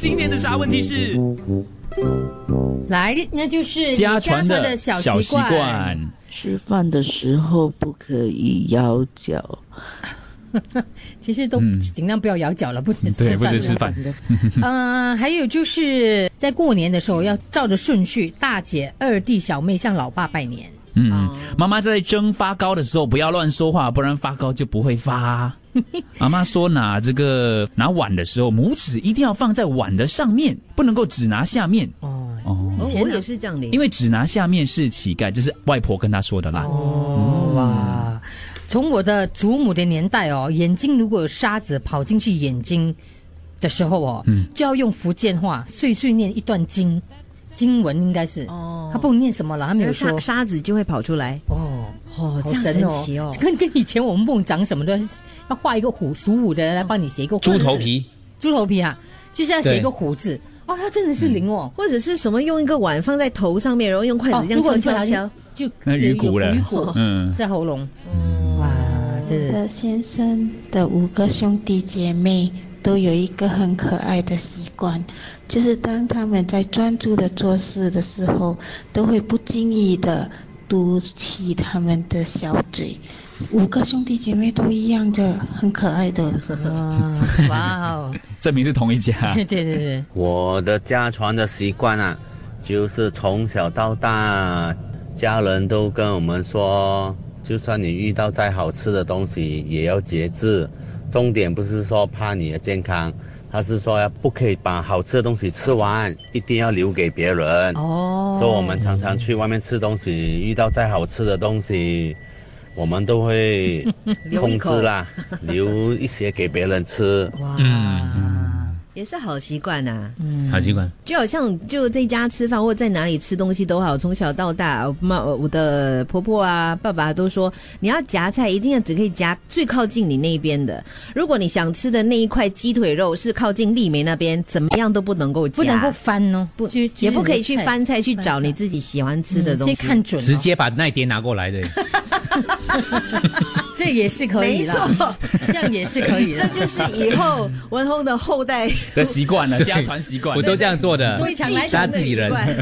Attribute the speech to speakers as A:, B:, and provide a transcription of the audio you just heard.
A: 今天的啥问题是？
B: 嗯
C: 来，那就是你
B: 家传
C: 的
B: 的小习惯。
D: 吃饭的时候不可以摇脚，
C: 其实都尽量不要摇脚了，不止吃
B: 嗯对，
C: 饭
B: 不
C: 了。
B: 是吃饭，
C: 嗯、还有就是在过年的时候要照着顺序，大姐、二弟、小妹向老爸拜年。
B: 嗯，嗯妈妈在蒸发糕的时候不要乱说话，不然发糕就不会 发。妈妈说拿这个拿碗的时候，拇指一定要放在碗的上面，不能够只拿下面，
C: 哦，
B: 哦
E: 哦
C: 前啊
E: 我也是这样的，
B: 因为只拿下面是乞丐，这是外婆跟她说的啦。
C: 哇！从我的祖母的年代哦，眼睛如果有沙子跑进去眼睛的时候哦，
B: 嗯
C: 就要用福建话碎碎念一段经经文，应该是
E: 哦
C: 他不懂念什么了，他没有说
E: 沙沙子就会跑出来。
C: 哦。好
E: 哦，这样
C: 神
E: 神
C: 哦
E: 奇哦！
C: 跟跟以前我们不懂长什么的，要画一个虎，属虎的人来帮你写一个虎字
F: 猪头，皮，
C: 猪头皮啊，就是要写一
F: 对
C: 个虎字。哦，他真的是灵哦。
E: 或者是什么用一个碗放在头上面，然后用筷
C: 哦
E: 子，这
C: 如
E: 样
C: 果
E: 敲
C: 你不
E: 敲
C: 小心
E: 敲。
C: 就
B: 那鱼骨了
C: 鱼骨
B: 嗯，
C: 在喉咙，哇，这
G: 我
C: 是
G: 的先生的五个兄弟姐妹都有一个很可爱的习惯，就是当他们在专注的做事的时候，都会不经意的嘟起他们的小嘴。五个兄弟姐妹都一样的，很可爱的。
C: 哇哇哦，
B: 证明是同一 家。
C: 对对对对，
H: 我的家传的习惯啊，就是从小到大，家人都跟我们说，就算你遇到再好吃的东西，也要节制。重点不是说怕你的健康，他是说要不可以把好吃的东西吃完，一定要留给别人。
C: 哦，
H: 所以我们常常去外面吃东西，遇到再好吃的东西，我们都会
E: 留一
H: 控
E: 口
H: 制啦，留一些给别人吃。
C: 哇，
B: 嗯
E: 也是好习惯呐、
F: 嗯好习惯。
E: 就好像就在家吃饭或者在哪里吃东西都好，从小到大，我妈我的婆婆啊、爸爸都说，你要夹菜一定要只可以夹最靠近你那边的。如果你想吃的那一块鸡腿肉是靠近丽梅那边，怎么样都不能够夹，
C: 不能够翻哦，
E: 不
C: 就是就是
E: 也不可以去
C: 你的菜
E: 翻菜去
C: 翻
E: 找
C: 菜
E: 你自己喜欢吃的
C: 嗯
E: 东西。
C: 先看准哦，
F: 直接把那一碟拿过来的，
C: 这也是可以
E: 没
C: 啦，
E: 错，
C: 这样也是可以的，
E: 这就是以后文宏的后代
B: 的习惯了，
F: 对
B: 家传习惯
F: 我。都这样做的
C: 会抢来
F: 杀
C: 抢
F: 自
C: 去
F: 己
E: 习
F: 人。
E: 惯。